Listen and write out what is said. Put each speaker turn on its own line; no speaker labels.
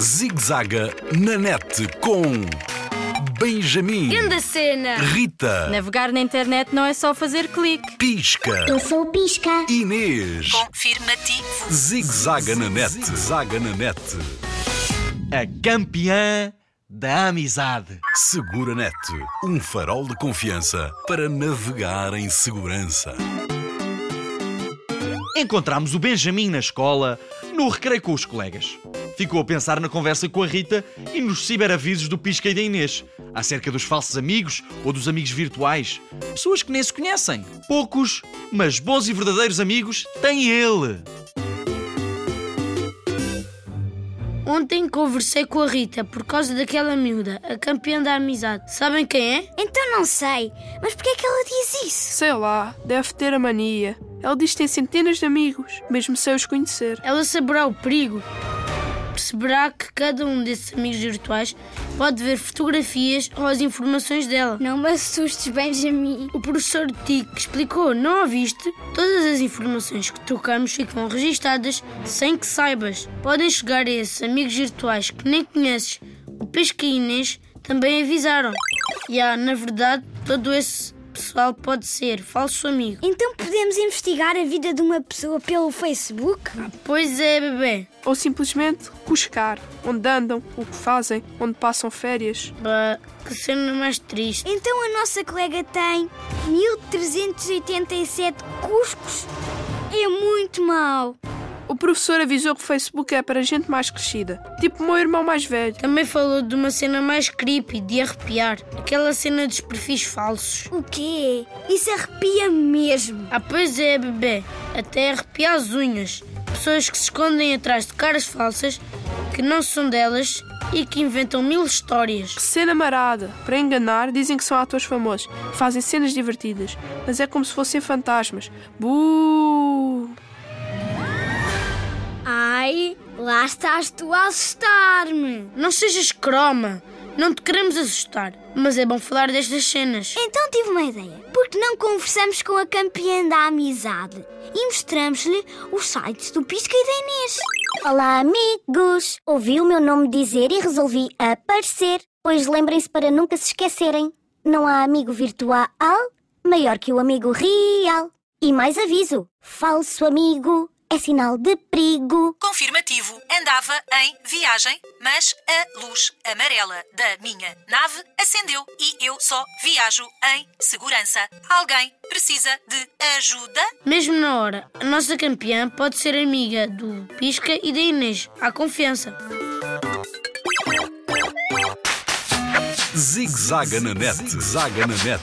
Zigzaga na net com Benjamin,
Grande cena!
Rita,
Navegar na internet não é só fazer clique.
Pisca,
Eu sou o Pisca.
Inês.
Confirmativo.
Zigzaga na net, zaga na net.
a campeã da amizade.
Segura net, um farol de confiança para navegar em segurança.
Encontramos o Benjamin na escola, no recreio com os colegas. Ficou a pensar na conversa com a Rita e nos ciberavisos do Pisca e da Inês, acerca dos falsos amigos ou dos amigos virtuais. Pessoas que nem se conhecem. Poucos, mas bons e verdadeiros amigos tem ele.
Ontem conversei com a Rita por causa daquela miúda, a campeã da amizade. Sabem quem é?
Então não sei, mas porquê é que ela diz isso?
Sei lá, deve ter a mania. Ela diz que tem centenas de amigos, mesmo sem os conhecer.
Ela saberá o perigo. Perceberá que cada um desses amigos virtuais pode ver fotografias ou as informações dela.
Não me assustes, Benjamin.
O professor Tico explicou, não ouviste? Todas as informações que trocamos ficam registadas sem que saibas. Podem chegar a esses amigos virtuais que nem conheces. O Pesca e Inês também avisaram. E há, na verdade, todo esse pessoal pode ser falso amigo.
Então podemos investigar a vida de uma pessoa pelo Facebook?
Pois é, bebê.
Ou simplesmente cuscar onde andam, o que fazem, onde passam férias.
Bah, que cena mais triste.
Então a nossa colega tem 1387 cuscos. É muito mau.
O professor avisou que o Facebook é para gente mais crescida, tipo o meu irmão mais velho.
Também falou de uma cena mais creepy, de arrepiar. Aquela cena dos perfis falsos.
O quê? Isso arrepia mesmo.
Ah, pois é, bebê. Até arrepiar as unhas. Pessoas que se escondem atrás de caras falsas, que não são delas e que inventam mil histórias.
Cena marada. Para enganar, dizem que são atores famosos, fazem cenas divertidas, mas é como se fossem fantasmas. Buuuu!
Ai, lá estás tu a assustar-me.
Não sejas croma. Não te queremos assustar, mas é bom falar destas cenas.
Então tive uma ideia. Por que não conversamos com a campeã da amizade e mostramos-lhe os sites do Pisca e da Inês? Olá, amigos! Ouvi o meu nome dizer e resolvi aparecer. Pois lembrem-se para nunca se esquecerem: não há amigo virtual maior que o amigo real. E mais aviso: falso amigo é sinal de perigo.
Confirmativo. Andava em viagem, mas a luz amarela da minha nave acendeu e eu só viajo em segurança. Alguém precisa de ajuda?
Mesmo na hora, a nossa campeã pode ser amiga do Pisca e da Inês. Há confiança.
Zigzaga na net, zaga na net.